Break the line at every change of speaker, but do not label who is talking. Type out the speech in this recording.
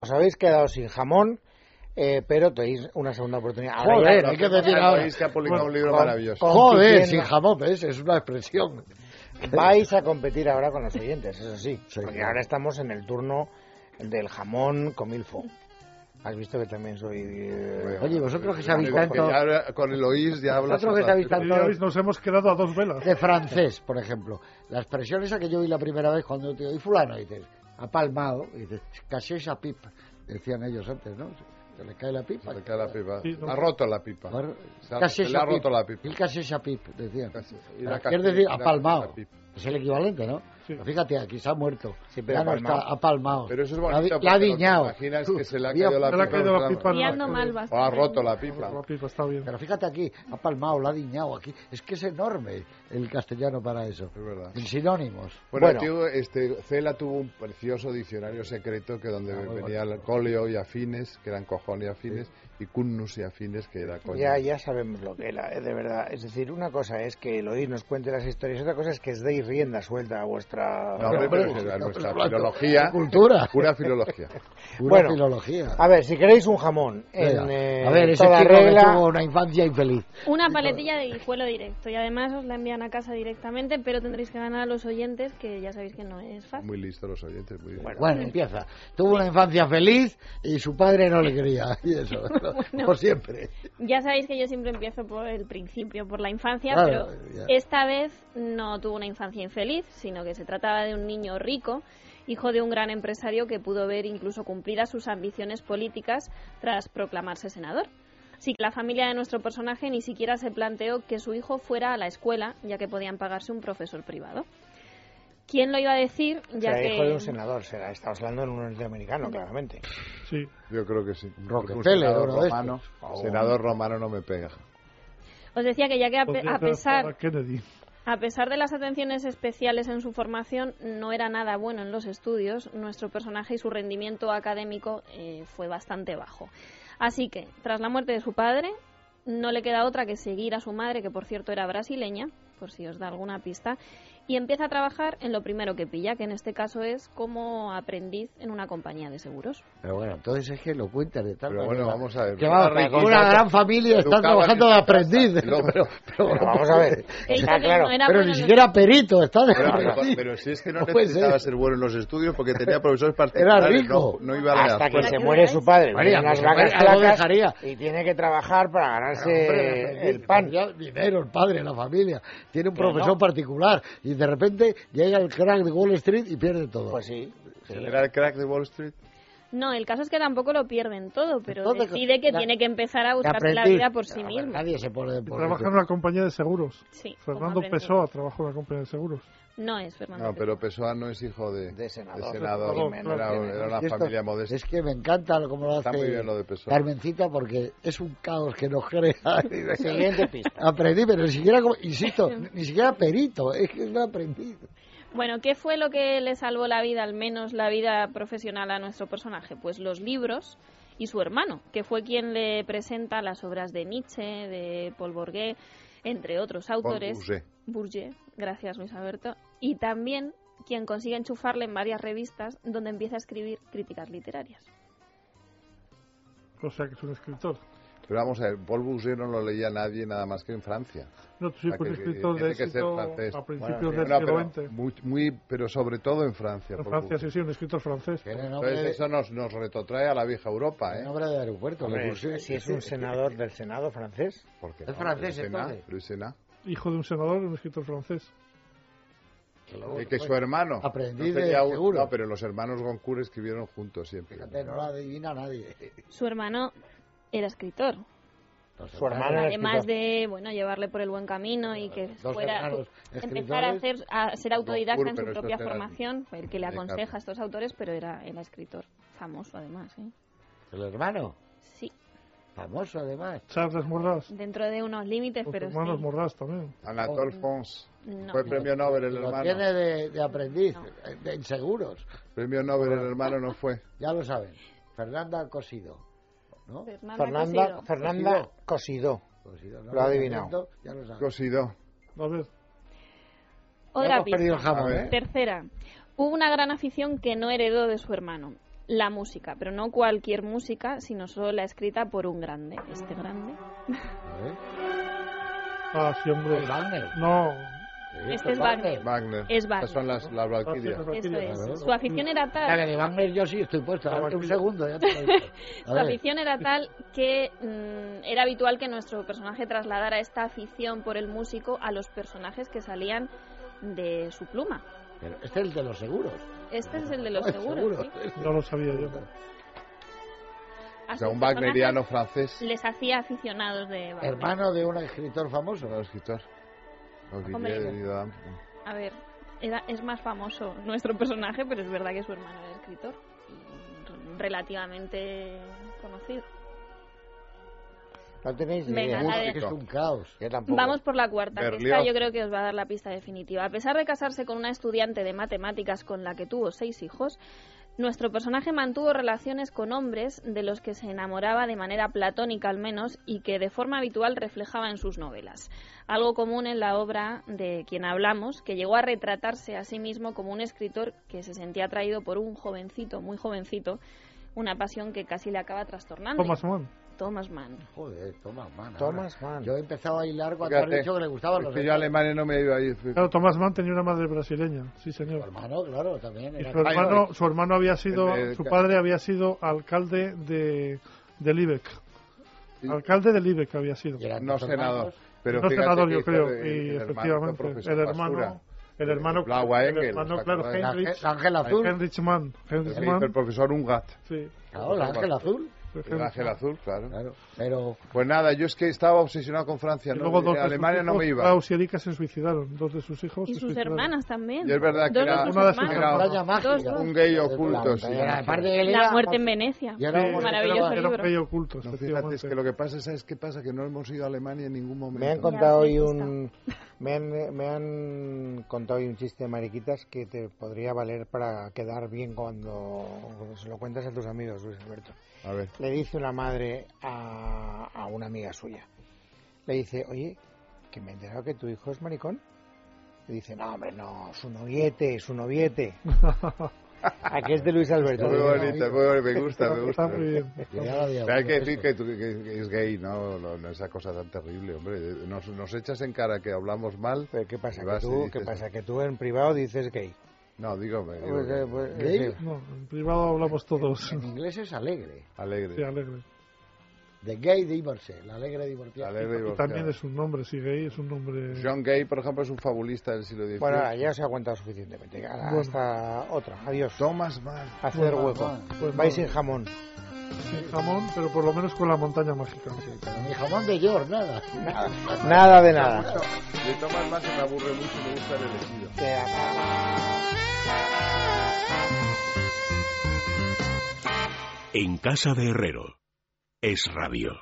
Os habéis quedado sin jamón, eh, pero tenéis una segunda oportunidad. Ahora
Joder,
ya-
hay que decir ahora.
País que ha publicado un libro
Con-
maravilloso.
con-
Joder,
compitiendo.
sin jamón, ¿ves? Es una expresión.
vais a competir ahora con los oyentes, eso sí.
Sí,
porque
claro.
ahora estamos en el turno del jamón comilfo. Has visto que también soy... eh,
Oye, vosotros que
Con el-
sabéis tanto
que ya- con el Oís ya hablas.
vosotros que
otra-
sabéis tanto
Ya veis, nos hemos quedado a dos velas.
de francés, por ejemplo, la expresión esa que yo vi la primera vez cuando te oí fulano, y dices, ha palmado, y dices, casi esa pipa, decían ellos antes, ¿no? Se le cae la pipa.
Se le cae la pipa.
Sí, no.
Ha roto la pipa.
Ahora,
Se ha-
casi
se le ha
esa
roto la pipa.
El casi esa pipa, decían.
Casi- y la
Quiere
casi-
decir,
la-
ha palmado.
la pipa.
Es el equivalente, ¿no?
Sí.
Pero Fíjate, aquí se ha muerto.
Sí, pero
ya no
palmao.
está, ha palmado.
Pero eso es
La ha di-
bonito.
La ha
porque lo que
diñado.
Imaginas que se le ha
Había-
caído la
Se
pipa.
le ha caído la pipa.
claro.
en la
Guiando mal
cabeza.
bastante.
O ha roto la pipa.
La pipa está bien.
Pero fíjate aquí, ha palmado, la ha diñado aquí. Es que es enorme el castellano para eso.
Es verdad.
En sinónimos.
Bueno,
Bueno.
tío, este, Cela tuvo un precioso diccionario secreto que donde
muy
venía el colio y afines, que eran cojón y afines, y cunnus y afines, que era
Pues
coño.
Ya, ya sabemos lo que era, eh, de verdad. Es decir, una cosa es que el oír nos cuente las historias, otra cosa es que os deis rienda suelta a vuestra...
No, hombre, pero es nuestra filología.
Cultura.
Pura filología.
Pura
Bueno,
filología.
A ver, si queréis un jamón
Venga.
en eh,
A ver, ese
toda
chico que
regla...
tuvo una infancia infeliz.
Una paletilla de guijuelo directo y además os la envían a casa directamente, pero tendréis que ganar a los oyentes, que ya sabéis que no es fácil.
Muy listos los oyentes, muy bien.
Bueno, empieza. Tuvo una infancia feliz y su padre no le quería. Y eso,
Bueno.
por siempre.
Ya sabéis que yo siempre empiezo por el principio, por la infancia,
Claro,
pero
ya.
esta vez no tuvo una infancia infeliz, sino que se trataba de un niño rico, hijo de un gran empresario que pudo ver incluso cumplidas sus ambiciones políticas tras proclamarse senador. Así que la familia de nuestro personaje ni siquiera se planteó que su hijo fuera a la escuela, ya que podían pagarse un profesor privado. ¿Quién lo iba a decir?
O
Ya
sea,
que...
hijo de un senador, será. Estamos hablando de un norteamericano, claramente.
Sí.
Yo creo que sí.
Rockefeller,
Un senador
uno de
romano,
estos.
senador romano no me pega.
Os decía que ya que a, pe-
Podría
a
ser
pesar
para Kennedy.
A pesar de las atenciones especiales en su formación, no era nada bueno en los estudios. Nuestro personaje y su rendimiento académico eh, fue bastante bajo. Así que, tras la muerte de su padre, no le queda otra que seguir a su madre, que por cierto era brasileña, por si os da alguna pista, y empieza a trabajar en lo primero que pilla, que en este caso es como aprendiz en una compañía de seguros.
Pero bueno, entonces es que lo cuentas de tal
Pero
manera.
bueno, vamos a ver.
Que vamos,
Era
que con
rico,
una
no-
gran familia está
educaban
trabajando
en
de
su casa,
aprendiz.
y luego-
Pero, pero-
Pero vamos a ver.
Él
Está
dice que
claro.
no era
pero
bueno
ni
en los-
siquiera perito está de
Pero, pero-
aprendiz.
pero si es que no,
No puede
necesitaba
ser.
ser bueno en los estudios porque tenía profesores particulares,
rico.
No, no iba a la
Hasta que
Para
se
que
muere
veáis.
su padre,
pues- María,
vienen
pues,
las vacas
hombre, algo
flacas
dejaría.
y tiene que trabajar para ganarse
Hombre, aprendiz,
el pan.
ya, Dinero, el padre, la familia. Tiene un
Que
profesor
no.
particular y de repente llega el crack de Wall Street y pierde todo.
Pues sí.
Era el crack de Wall Street.
No, el caso es que tampoco lo pierden todo, pero
Entonces,
decide que
la-
tiene que empezar a
De
buscarse la
aprendiz. Ah,
vida por sí
A ver,
mismo.
Nadie se pone de
Y
por
Trabaja en una compañía de seguros.
Sí, como
Fernando
aprendiz.
Pessoa trabajó en una compañía de seguros.
No es Fernando.
No,
Pessoa.
pero Pessoa no es hijo de,
De senador.
senador.
Perdón,
Era,
perdón.
era una
Y esto-
familia modesta.
Es que me encanta lo- cómo lo hace
Está muy bien lo de Pessoa.
Carmencita porque es un caos que nos crea.
Siguiente pista.
Aprendí, pero ni siquiera, como- insisto, ni siquiera perito, es que no aprendí.
Bueno, ¿qué fue lo que le salvó la vida, al menos la vida profesional, a nuestro personaje? Pues los libros y su hermano, que fue quien le presenta las obras de Nietzsche, de Paul Bourget, entre otros autores.
Bourget.
Bourget, gracias Luis Alberto. Y también quien consigue enchufarle en varias revistas donde empieza a escribir críticas literarias.
O sea que es un escritor.
Pero vamos a ver, Paul Bourget no lo leía nadie nada más que en Francia.
No, sí, pues
O sea, Ah,
fue un
que-
escritor
que
de
tiene que ser
éxito
francés.
a principios
Bueno,
del
no,
siglo
pero
XX.
muy, muy- pero sobre todo en Francia.
En
Paul
Francia,
Bourget.
sí, sí, un escritor francés.
Tiene nombre
Entonces
de,
Pues eso nos, nos retrotrae a la vieja Europa,
tiene
¿eh?
nombre de aeropuerto.
Hombre,
lo puse.
si es un senador del Senado francés,
Porque
Es francés,
Luis Hénin,
entonces.
Luis Hénin.
Hijo de un senador, un escritor francés.
Que luego
Y que
fue-
su hermano.
Pues, Aprendí
no
de
tenía un-
seguro.
No, pero los hermanos Goncourt escribieron juntos siempre.
Fíjate, no lo adivina nadie.
Su hermano era escritor,
su hermano era
además
escritor.
de bueno llevarle por el buen camino y que
Dos
fuera
hermanos
empezar a, hacer, a ser autodidacta
Goncourt,
en su
pero estos
propia
eran-
formación, fue el que le
Ricardo.
aconseja a estos autores, pero era, era escritor famoso además. ¿eh?
El hermano,
Sí,
famoso además.
Charles Morras.
dentro de unos límites,
Los
pero
hermanos
sí.
Morras también.
Anatole France.
Pues,
No.
Fue premio Nobel el
Oh. Lo
hermano.
tiene de, de aprendiz,
No.
eh, de inseguros.
Premio Nobel el hermano no fue.
Ya lo saben. Fernanda Cosido. ¿No?
Fernanda
Fernanda,
Cosido.
Fernanda Cosido.
Cosido, ¿no?
Lo ha adivinado.
Ya lo saben.
Cosido.
A ver,
Otra
Hemos perdido el
pista.
jamón,
A ver.
¿eh?
Tercera. Hubo una gran afición que no heredó de su hermano. la música, pero no cualquier música, sino solo la escrita por un grande. Este grande.
¿eh?
Ah, sí, hombre.
Es Wagner.
No,
Sí,
Este es Wagner.
Wagner.
Es Wagner. Ah,
Estas son las, las valquirias.
Wagner.
Eso
Claro.
es. Su afición era
Dale,
tal.
de Wagner yo sí estoy puesto.
La
Dame Un
Valquiria.
segundo, ya te lo digo. A
Su
ver,
afición era tal que mm, era habitual que nuestro personaje trasladara esta afición por el músico a los personajes que salían de su pluma.
pero este es el de los seguros.
Este es el de los
Ay,
seguros. sí.
no lo sabía yo.
O
A
sea,
sus
un
personajes
wagneriano francés.
Les hacía aficionados de Wagner.
Hermano de un escritor famoso.
Un escritor.
Hombre.
Olivier de Didam.
A ver, era- es más famoso nuestro personaje, pero es verdad que su hermano era escritor y relativamente conocido.
No tenéis ni
Venga,
idea.
la
Uf,
de-
es que es un caos.
Yo tampoco.
Vamos por la cuarta, que
Berlioz.
esta yo creo que os va a dar la pista definitiva. A pesar de casarse con una estudiante de matemáticas con la que tuvo seis hijos, nuestro personaje mantuvo relaciones con hombres de los que se enamoraba de manera platónica al menos y que de forma habitual reflejaba en sus novelas. Algo común en la obra de quien hablamos, que llegó a retratarse a sí mismo como un escritor que se sentía atraído por un jovencito, muy jovencito, una pasión que casi le acaba trastornando.
Thomas Mann.
Thomas Mann.
Joder, Thomas Mann. ahora.
Thomas Mann.
Yo he empezado a hilar cuando
Fíjate,
has dicho que le gustaban los
Es que yo a Alemania no me iba a ir.
Claro, Thomas Mann tenía una madre brasileña, sí,
Su
señor.
hermano, claro, también.
Y
era-
su hermano, su hermano había sido,
El- el-
su padre había sido alcalde de, de Líbec.
Sí.
Alcalde de Líbec había sido.
Y eran
No
dos
senador.
hermanos.
Pero
no
fíjate
senador,
que
yo
hizo
creo.
de-
y
el hermano fue
efectivamente,
profesor
el
Pastura.
hermano, el hermano,
Blauer
el
Engel,
hermano,
¿os
claro,
acordáis?
El ángel,
Heinrich,
el ángel azul.
Heinrich Mann. Heinrich
El
Mann.
profesor Ungat.
Sí.
Claro, el ángel azul.
El ángel azul, claro.
Claro. Pero
Pues nada, yo es que estaba obsesionado con Francia.
Y
¿no?
luego dos de
Alemania
sus
no me
hijos,
iba.
Klaus y Erika se suicidaron. Dos de sus hijos.
Y
se
sus
suicidaron.
hermanas también.
Y es verdad que
Dos de
era-
sus
Una de sus
hermanas.
Era
montaña mágica.
dos.
Un gay oculto, sí.
Era- aparte él
La
era-
muerte en Venecia.
Y ahora
Sí,
vamos a-
Maravilloso
era, era un
libro.
rey oculto,
No, fíjate,
efectivamente.
es que lo que pasa, ¿sabes qué pasa? Que no hemos ido a Alemania en ningún momento.
Me han contado
Ya, sí,
hoy un me han, me han contado hoy un chiste de mariquitas que te podría valer para quedar bien cuando se lo cuentas a tus amigos, Luis Alberto.
A ver.
Le dice una madre a, a una amiga suya. Le dice, oye, que me he enterado que tu hijo es maricón. Le dice, no, hombre, no, su noviete, su noviete. Aquí es de Luis Alberto.
Muy bonito, muy bonito, me gusta, me
Está
gusta.
muy bien.
Y ahora había-
Pero hay que decir que, tú- que- que es gay, ¿no? No, no, esa cosa tan terrible, hombre. Nos, nos echas en cara que hablamos mal.
Pero ¿qué pasa?
y
Que
vas y
tú,
dices-
¿Qué pasa? Que tú en privado dices gay.
No, dígame.
Pues, eh,
dígame.
pues,
¿Gay?
eh,
No, en privado hablamos todos.
En inglés es alegre.
Sí,
Alegre.
alegre.
The gay divorce. La alegre divorciada.
Alegre
Y también es un nombre, sí, gay, es un nombre.
John Gay, por ejemplo, es un fabulista del siglo XIX.
Bueno, ahora ya os he aguantado suficientemente. Ahora
Bueno.
Hasta otra. Adiós.
Thomas Mann.
Hacer
Bueno,
hueco.
bueno,
pues
Vais
no.
sin jamón.
Sin jamón, pero por lo menos con la montaña mágica.
Pero ni jamón de york, nada.
Nada de nada.
De Thomas Mann se me aburre mucho y me gusta el elegido.
Te ama.
En casa de Herrero. Es radio.